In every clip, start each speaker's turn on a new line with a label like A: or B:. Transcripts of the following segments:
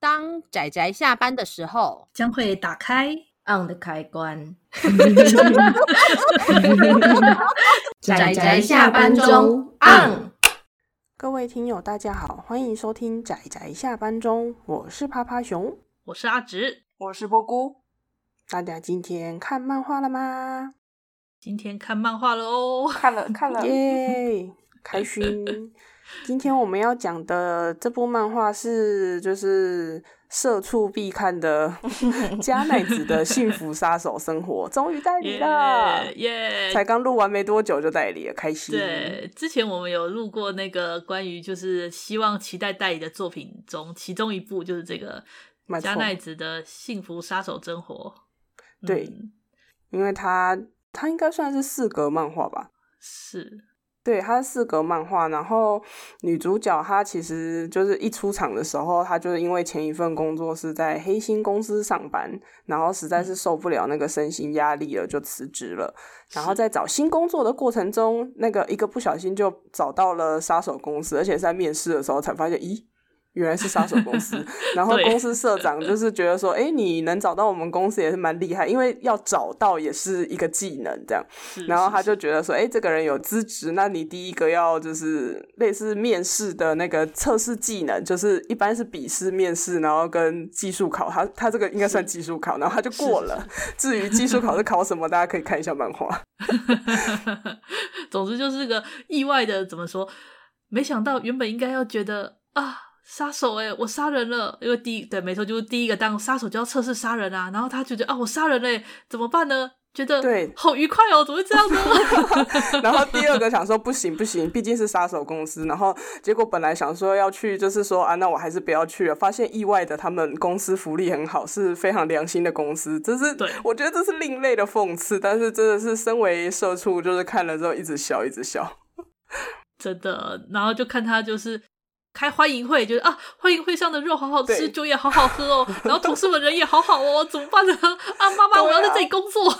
A: 当仔仔下班的时候，
B: 将会打 开
C: on 的开关。
A: 宅宅下班中
C: on。
D: 各位听友，大家好，欢迎收听仔仔下班中，我是趴趴熊，
B: 我是阿直，
D: 我是波姑。大家今天看漫画了吗？
B: 今天看漫画了哦。
E: 看了看了，
D: 耶，开心！今天我们要讲的这部漫画是就是社畜必看的加奈子的幸福杀手生活，终于代理了
B: 耶耶！
D: 才刚录完没多久就代理了，开心。
B: 对，之前我们有录过那个关于就是希望期待代理的作品中，其中一部就是这个
D: 没错
B: 加奈子的《幸福杀手真火》。
D: 对
B: 嗯
D: 因为它它应该算是四格漫画吧，
B: 是
D: 对，它是四格漫画，然后女主角她其实就是一出场的时候，她就是因为前一份工作是在黑心公司上班，然后实在是受不了那个身心压力了，就辞职了。然后在找新工作的过程中，那个一个不小心就找到了杀手公司，而且是在面试的时候才发现，咦，原来是杀手公司。然后
B: 对
D: 公司社长就是觉得说，哎，你能找到我们公司也是蛮厉害，因为要找到也是一个技能这样。
B: 是，
D: 然后
B: 是
D: 他就是觉得说，哎、这个人有资质，那你第一个要就是类似面试的那个测试技能，就是一般是笔试、面试，然后跟技术考，他他这个应该算技术考，然后他就过了。至于技术考是考什么，大家可以看一下漫画。
B: 总之就是个意外的，怎么说？没想到原本应该要觉得啊，杀手哎、我杀人了，因为第一对，没错，就是第一个当杀手就要测试杀人啊。然后他觉得啊，我杀人嘞、怎么办呢？觉得
D: 对
B: 好愉快哦，怎么会这样呢？
D: 然后第二个想说不行不行，毕竟是杀手公司。然后结果本来想说要去，就是说啊，那我还是不要去了。发现意外的，他们公司福利很好，是非常良心的公司。这是
B: 对
D: 我觉得这是另类的讽刺，但是真的是身为社畜，就是看了之后一直笑一直笑。
B: 真的，然后就看他就是。开欢迎会，就是啊，欢迎会上的肉好好吃，
D: 对
B: 酒也好好喝哦，然后同事们人也好好哦，怎么办呢？啊，妈妈，
D: 对啊
B: 我要在这里工作。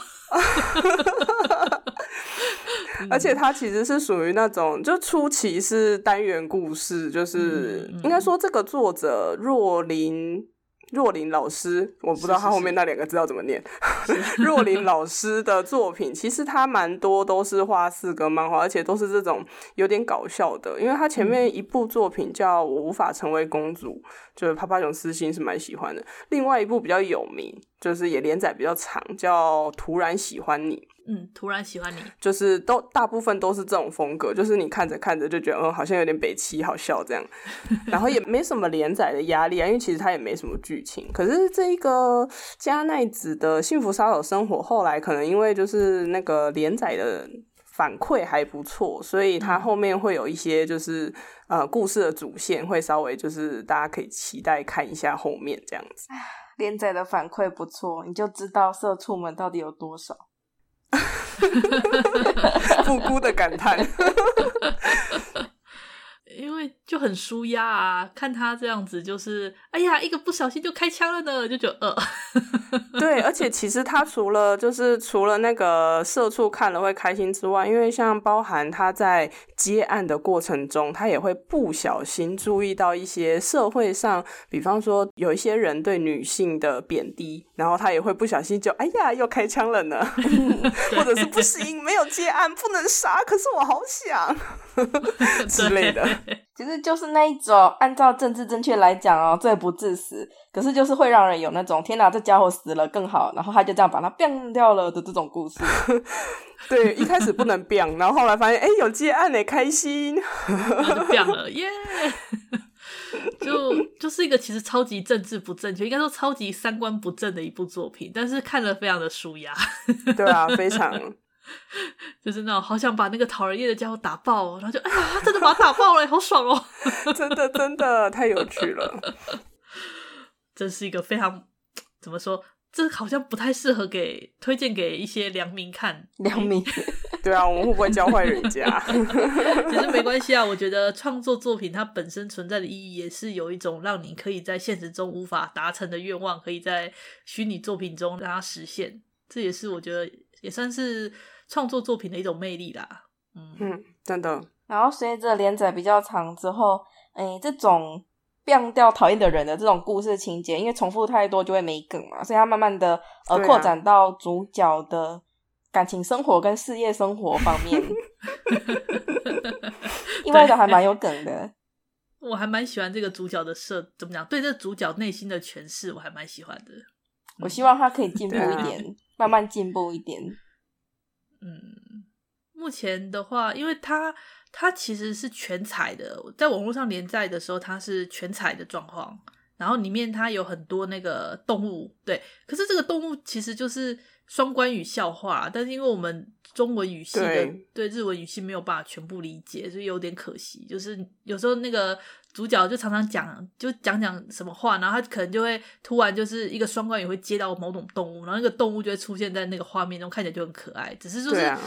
B: 嗯
D: 而且它其实是属于那种，就初期是单元故事，就是、
B: 嗯嗯嗯
D: 应该说这个作者若林。若林老师，我不知道
B: 是是
D: 他后面
B: 是
D: 那两个字要怎么念。 若林老师的作品，其实他蛮多都是画四格漫画，而且都是这种有点搞笑的。因为他前面一部作品叫《我无法成为公主》，就是趴趴熊私心是蛮喜欢的。另外一部比较有名，就是也连载比较长，叫《突然喜欢你》。
B: 嗯，突然喜欢你，
D: 就是都大部分都是这种风格，就是你看着看着就觉得，嗯，好像有点北七，好笑这样，然后也没什么连载的压力啊，因为其实它也没什么剧情。可是这一个加奈子的《幸福杀手生活》后来可能因为就是那个连载的反馈还不错，所以它后面会有一些就是呃故事的主线会稍微就是大家可以期待看一下后面这样子。
E: 连载的反馈不错，你就知道社畜们到底有多少。
D: 复姑的感叹。
B: 因为就很舒压啊，看他这样子就是，哎呀，一个不小心就开枪了呢，就觉得呃，
D: 对，而且其实他除了就是除了那个社畜看了会开心之外，因为像包含他在接案的过程中，他也会不小心注意到一些社会上，比方说有一些人对女性的贬低，然后他也会不小心就哎呀又开枪了呢，或者是不行没有接案不能杀，可是我好想之类的。
E: 其实就是那一种，按照政治正确来讲哦，罪不至死，可是就是会让人有那种天哪，这家伙死了更好，然后他就这样把他变掉了的这种故事。
D: 对，一开始不能 b 然后后来发现哎有接案嘞，开心。
B: 呃然后就变了，耶、 就就是一个其实超级政治不正确，应该说超级三观不正的一部作品，但是看了非常的舒压，
D: 对啊，非常。
B: 就是那种好想把那个讨人厌的家伙打爆、哦，然后就哎呀，他真的把他打爆了，好爽哦，
D: 真的真的太有趣了。
B: 这是一个非常怎么说，这好像不太适合给推荐给一些良民看，
E: 良民，
D: 对啊，我们会不会教坏人家？
B: 其实没关系啊，我觉得创作作品它本身存在的意义，也是有一种让你可以在现实中无法达成的愿望，可以在虚拟作品中让它实现。这也是我觉得也算是创作作品的一种魅力啦。嗯，
D: 嗯，真的，
E: 然后随着连载比较长之后，哎，这种变掉讨厌的人的这种故事情节，因为重复太多就会没梗嘛，所以他慢慢的呃
D: 对啊
E: 扩展到主角的感情生活跟事业生活方面，意外的还蛮有梗的。
B: 我还蛮喜欢这个主角的设，怎么讲？对这主角内心的诠释，我还蛮喜欢的。
E: 我希望他可以进步
D: 对
E: 一
D: 啊
E: 点，慢慢进步一点。
B: 嗯，目前的话，因为它它其实是全彩的，在网络上连载的时候，它是全彩的状况。然后里面它有很多那个动物，对，可是这个动物其实就是双关语笑话，但是因为我们中文语系的对
D: 对
B: 日文语系没有办法全部理解，所以有点可惜。就是有时候那个主角就常常讲，就讲讲什么话，然后他可能就会突然就是一个双关语会接到某种动物，然后那个动物就会出现在那个画面中，看起来就很可爱。只是就是、
D: 对啊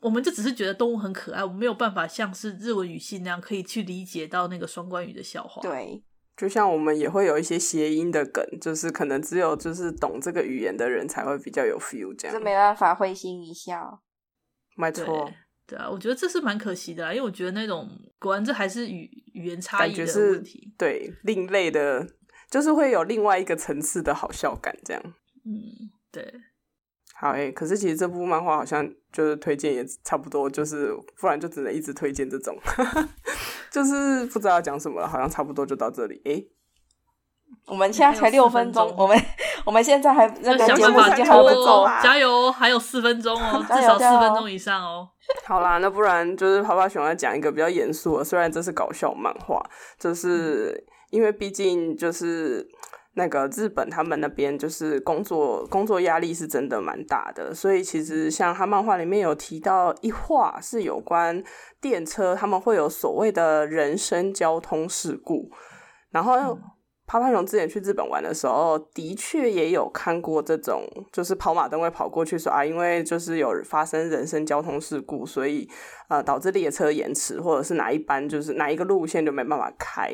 B: 我们就只是觉得动物很可爱，我们没有办法像是日文语系那样可以去理解到那个双关语的笑话。
E: 对，
D: 就像我们也会有一些谐音的梗，就是可能只有就是懂这个语言的人才会比较有 feel 这
E: 这
D: 样。
E: 没办法会心一笑。
D: 没
B: 对
D: 错，
B: 对啊，我觉得这是蛮可惜的啊，因为我觉得那种果然这还是语语言差
D: 感
B: 异
D: 觉
B: 的
D: 是
B: 问题。
D: 对另类的，就是会有另外一个层次的好笑感这样。
B: 嗯，对，
D: 好诶、可是其实这部漫画好像就是推荐也差不多，就是不然就只能一直推荐这种， 就是不知道要讲什么了，好像差不多就到这里。诶、
E: 我们现在才六分
B: 还有四
E: 钟
B: 分，钟
E: 我们我们现在还那个
B: 要
E: 节
B: 想
E: 目
B: 办
E: 时
B: 法
E: 间还
D: 拖
E: 不
D: 走
E: 够
B: 哦
D: 啊，
B: 加油哦，还有四分钟哦，至
E: 加油
B: 少四
E: 加油
B: 分钟以上 哦。
D: 好啦，那不然就是泡泡熊要讲一个比较严肃的，虽然这是搞笑漫画，就是因为毕竟就是那个日本他们那边就是工作工作压力是真的蛮大的，所以其实像他漫画里面有提到一话是有关电车，他们会有所谓的人身交通事故，然后。趴趴熊之前去日本玩的时候，的确也有看过这种，就是跑马灯会跑过去说啊，因为就是有发生人身交通事故，所以呃导致列车延迟，或者是呃哪一班就是哪一个路线就没办法开。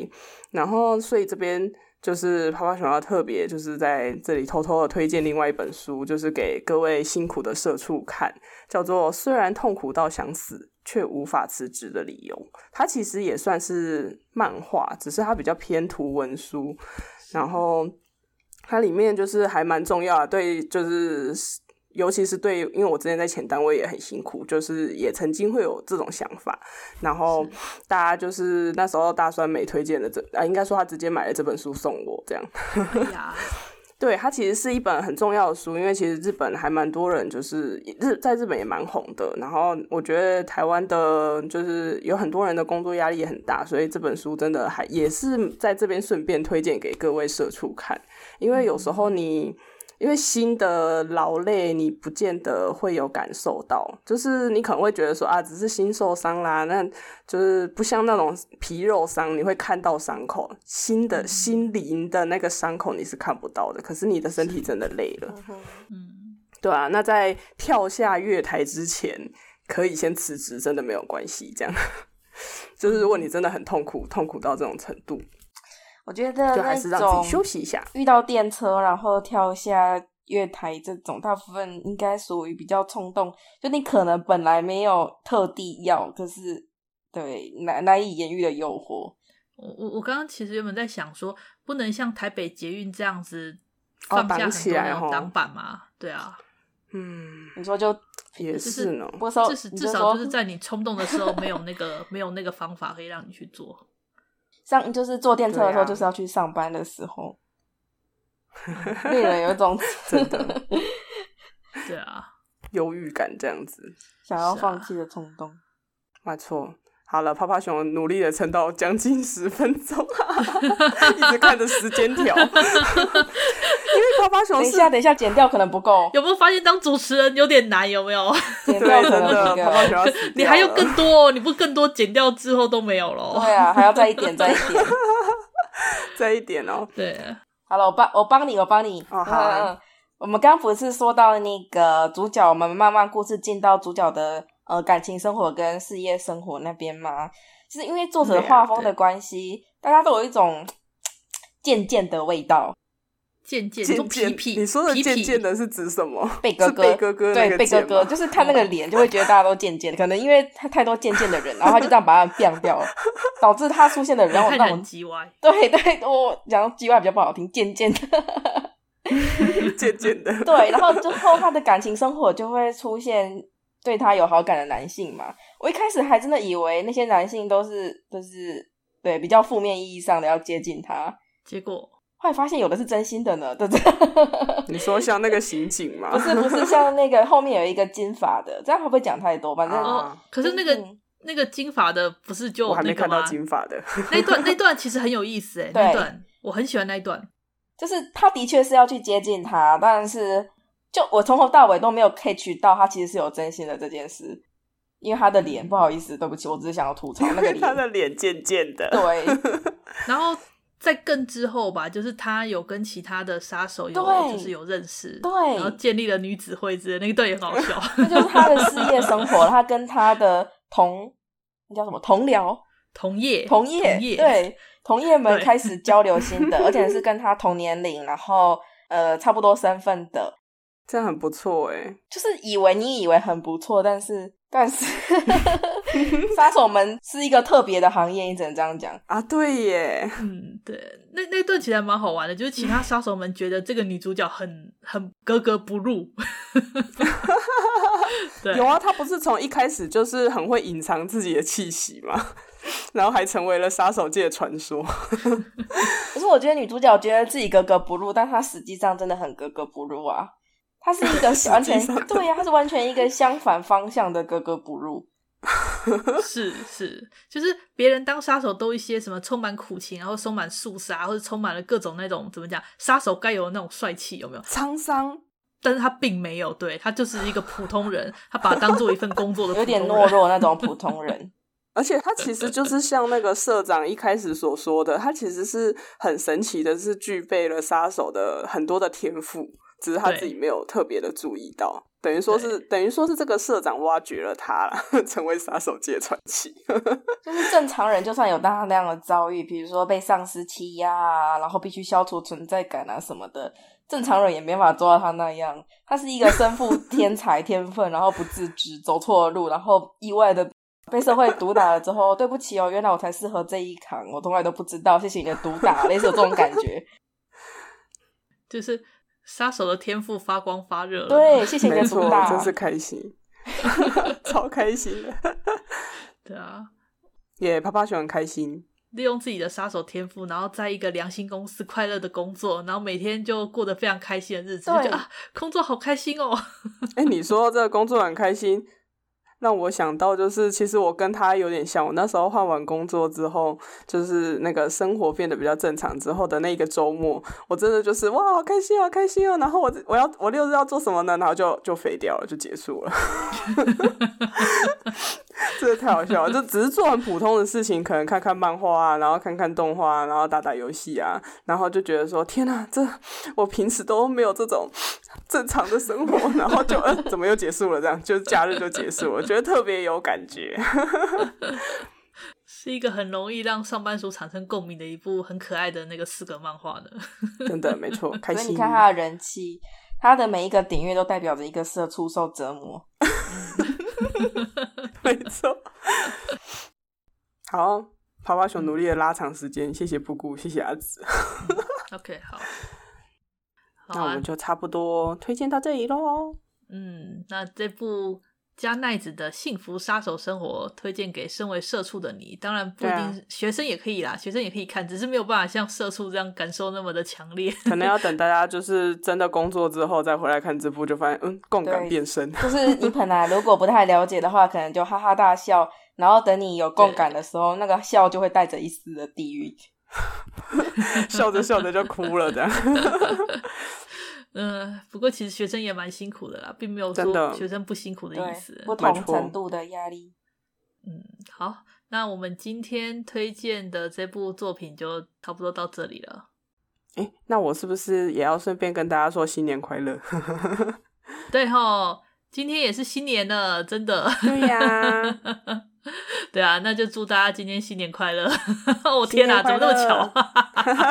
D: 然后所以这边就是泡泡熊要特别就是在这里偷偷的推荐另外一本书，就是给各位辛苦的社畜看，叫做《虽然痛苦到想死却无法辞职的理由》。它其实也算是漫画，只是它比较偏图文书，然后它里面就是还蛮重要的，对，就是尤其是对，因为我之前在前单位也很辛苦，就是也曾经会有这种想法，然后大家就是那时候大酸梅推荐的这啊，应该说他直接买了这本书送我这样。
B: 哎呀，
D: 对，它其实是一本很重要的书，因为其实日本还蛮多人就是日在日本也蛮红的。然后我觉得台湾的就是有很多人的工作压力也很大，所以这本书真的还也是在这边顺便推荐给各位社畜看，因为有时候你。因为新的劳累，你不见得会有感受到，就是你可能会觉得说啊，只是心受伤啦，那就是不像那种皮肉伤，你会看到伤口，心的心灵的那个伤口你是看不到的，可是你的身体真的累了，
B: 嗯，
D: 对啊，那在跳下月台之前，可以先辞职，真的没有关系，这样。就是如果你真的很痛苦，痛苦到这种程度，
E: 我觉
D: 就
E: 得
D: 还
E: 呃那
D: 是让自
E: 种
D: 己休息一下。
E: 遇到电车然后跳下月台这种，大部分应该属于比较冲动，就你可能本来没有特地要，可是对难难以言喻的诱惑。
B: 我我我刚刚其实原本在想说，不能像台北捷运这样子
D: 哦
B: 放
D: 绑
B: 下很
D: 起
B: 多
D: 来
B: 那种
D: 哦
B: 挡板嘛，对啊，
D: 嗯，
E: 你说就
D: 也是呢。
E: 不收，
B: 至少
E: 你
B: 至
E: 就
B: 少
E: 说
B: 就是在你冲动的时候，没有那个 没有那个方法可以让你去做。
E: 上就是坐电车的时
D: 对
E: 候，
D: 啊
E: 就是要去上班的 时候，令人有一种
D: 真的
B: 对啊，
D: 忧郁感这样子，
E: 想要
B: 是啊
E: 放弃的冲动。
D: 没错。好了，泡泡熊努力的撑到将近十分钟，一直看着时间条， 因为泡泡熊
E: 等一
D: 是
E: 下，等一下，剪掉可能 不够，
B: 有没有发现当主持人有点难？有没有？
E: 剪掉
D: 对，真
E: 可
D: 的
E: 能不
D: 泡泡
E: 够。
D: 熊要死
B: 你还
D: 掉
B: 有
D: 了
B: 更多、哦，你不更多剪掉之后都没有了。
E: 对啊，还要再一点，再一点。
D: 这一点 哦。
B: 对，啊
E: 好了，我帮我帮你，我帮你。
D: 哦好啊
E: 嗯嗯嗯我们刚不是说到那个主角，我们慢慢故事进到主角的呃感情生活跟事业生活那边吗？就是因为作者
D: 对啊
E: 画风
D: 对
E: 的关系，大家都有一种渐渐的味道。
B: 渐渐，
D: 渐
B: 说皮
D: 渐，
B: 皮，
D: 你说的
B: 皮
D: 渐
B: 皮
D: 渐的是指什么？
E: 贝哥
D: 是
E: 哥，
D: 贝哥哥那
E: 对
D: 个
E: 贝哥
D: 渐
E: 哥，
D: 吗
E: 就是看那个脸就会觉得大家都渐渐，可能因为他太多渐渐的人，然后他就这样把他变掉了，导致他出现的人让我
B: 看起
E: 让
B: 来
E: 我
B: 很叽歪。
E: 对对，我讲句话比较不好听，渐渐的，
D: 渐渐的，
E: 对，然后之后他的感情生活就会出现对他有好感的男性嘛。我一开始还真的以为那些男性都是就是对比较负面意义上的要接近他，
B: 结果
E: 后来发现有的是真心的呢，对不对？
D: 你说像那个刑警吗？
E: 不是不是像那个后面有一个金发的，这样会不会讲太多？反正、
D: 啊
B: 哦，可是那个
E: 嗯
B: 那个金发的不是就
D: 我还没
B: 那个
D: 看到
B: 吗？
D: 金发的，
B: 那段那段其实很有意思 哎，
E: 对
B: 那段我很喜欢那一段。
E: 就是他的确是要去接近他，但是就我从头到尾都没有 catch 到他其实是有真心的这件事，因为他的脸，不好意思，对不起，我只是想要吐槽那个
D: 他
E: 脸。
D: 的脸渐渐的，
E: 对
B: 然后在更之后吧，就是他有跟其他的杀手有
E: 对
B: 就是有认识，
E: 对
B: 然后建立了女子会之类的，那个段也很好 笑。
E: 这就是他的事业生活，他跟他的同那叫什么同僚、
B: 同业，
E: 同业，
B: 同业
E: 对同业们
B: 对
E: 开始交流心得，而且是跟他同年龄，然后呃差不多身份的，
D: 这样很不错哎、
E: 就是以为你以为很不错，但是但是杀手们是一个特别的行业，你只能这样讲。
D: 啊，对耶，
B: 嗯，对，那那段其实还蛮好玩的，就是其他杀手们觉得这个女主角很很格格不 入， 对
D: 有啊，他不是从一开始就是很会隐藏自己的气息吗？ 然后还成为了杀手界的传说，
E: 可是我觉得女主角觉得自己格格不入，但她实际上真的很格格不入啊。她是一个完全
D: 实际上
E: 对呀、她是完全一个相反方向的格格不入。
B: 是是，就是别人当杀手都一些什么充满苦情，然后充满肃杀，或者充满了各种那种怎么讲杀手该有的那种帅气，有没有？
D: 沧桑。
B: 但是他并没有，对他就是一个普通人，他把它当做一份工作的
E: 有
B: 普
E: 点
B: 通
E: 懦
B: 人。
E: 弱那种普通人，
D: 而且他其实就是像那个社长一开始所说的，他其实是很神奇的，是具备了杀手的很多的天赋，只是他
B: 对
D: 自己没有特别的注意到。等于说是，
B: 对
D: 等于说是这个社长挖掘了他啦，成为杀手界传奇。
E: 就是正常人就算有他那样的遭遇，比如说被上司欺压啊，然后必须消除存在感啊什么的，正常人也没法做到他那样。他是一个身负天才天分，然后不自知走错了路，然后意外的。被社会毒打了之后，对不起哦，原来我才适合这一行，我从来都不知道，谢谢你的毒打， 类似有这种感觉。
B: 就是杀手的天赋发光发热了。
E: 对，谢谢你
D: 没
E: 的
D: 错
E: 毒，打。
D: 真是开心， 超开心 的，
B: 对啊，
D: 耶、啪啪熊很开心。
B: 利用自己的杀手天赋，然后在一个良心公司快乐的工作，然后每天就过得非常开心的日子，就
E: 对
B: 觉得啊，工作好开心哦。
D: 哎、你说这个工作很开心，让我想到就是，其实我跟他有点像。我那时候换完工作之后，就是那个生活变得比较正常之后的那个周末，我真的就是哇，好开心，好开心哦。然后我我要我六日要做什么呢？然后就就废掉了，就结束了。 真的太好笑了，就只是做很普通的事情，可能看看漫画啊，然后看看动画、啊，然后打打游戏啊，然后就觉得说天啊，这我平时都没有这种 正常的生活，然后就、呃、怎么又结束了？这样就假日就结束了，觉得特别有感觉。
B: 是一个很容易让上班族产生共鸣的一部很可爱的那个四格漫画呢。
D: 真的没错，开
E: 所以你
D: 心。
E: 看他的人气，他的每一个点阅都代表着一个社畜受折磨。
D: 没错。好，泡泡熊努力的拉长时间，谢谢布谷，谢谢阿紫。
B: OK，好， 好
D: 那我
B: 啊
D: 们，就差不多推荐到这里喽。
B: 嗯，那这部。加奈子的幸福杀手生活推荐给身为社畜的你，当然不一
D: 对
B: 定、
D: 啊
B: 学生也可以啦，学生也可以看，只是没有办法像社畜这样感受那么的强烈。
D: 可能要等大家就是真的工作之后再回来看这部，就发现 嗯，共感
E: 对
D: 变深。
E: 就是你本来如果不太了解的话，可能就哈哈大笑，然后等你有共感的时候，那个笑就会带着一丝的地狱。
D: 笑着笑着就哭了， 这样
B: 嗯、不过其实学生也蛮辛苦的啦，并没有
D: 真的
B: 说学生不辛苦的
E: 对
B: 意思。，
E: 不
D: 没
E: 同
D: 错
E: 程度的压力。
B: 嗯，好，那我们今天推荐的这部作品就差不多到这里了。
D: 诶那我是不是也要顺便跟大家说新年快乐？
B: 对吼，今天也是新年了，真的。
D: 对呀、
B: 对啊，那就祝大家今天新年快乐！ 我、哦、天哪、啊， 怎么那么巧、嗯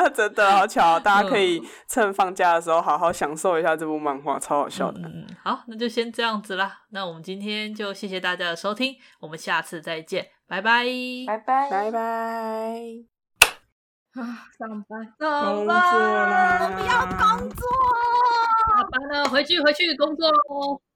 D: 啊？ 真的好巧，大家可以趁放假的时候好好享受一下这部漫画，超好笑的。
B: 嗯，好，那就先这样子啦。那我们今天就谢谢大家的收听，我们下次再见，拜拜，
E: 拜拜，
D: 拜拜。
A: 啊，上班，
D: 上班，
C: 我们要工作，
B: 下班了，回去，回去工作喽。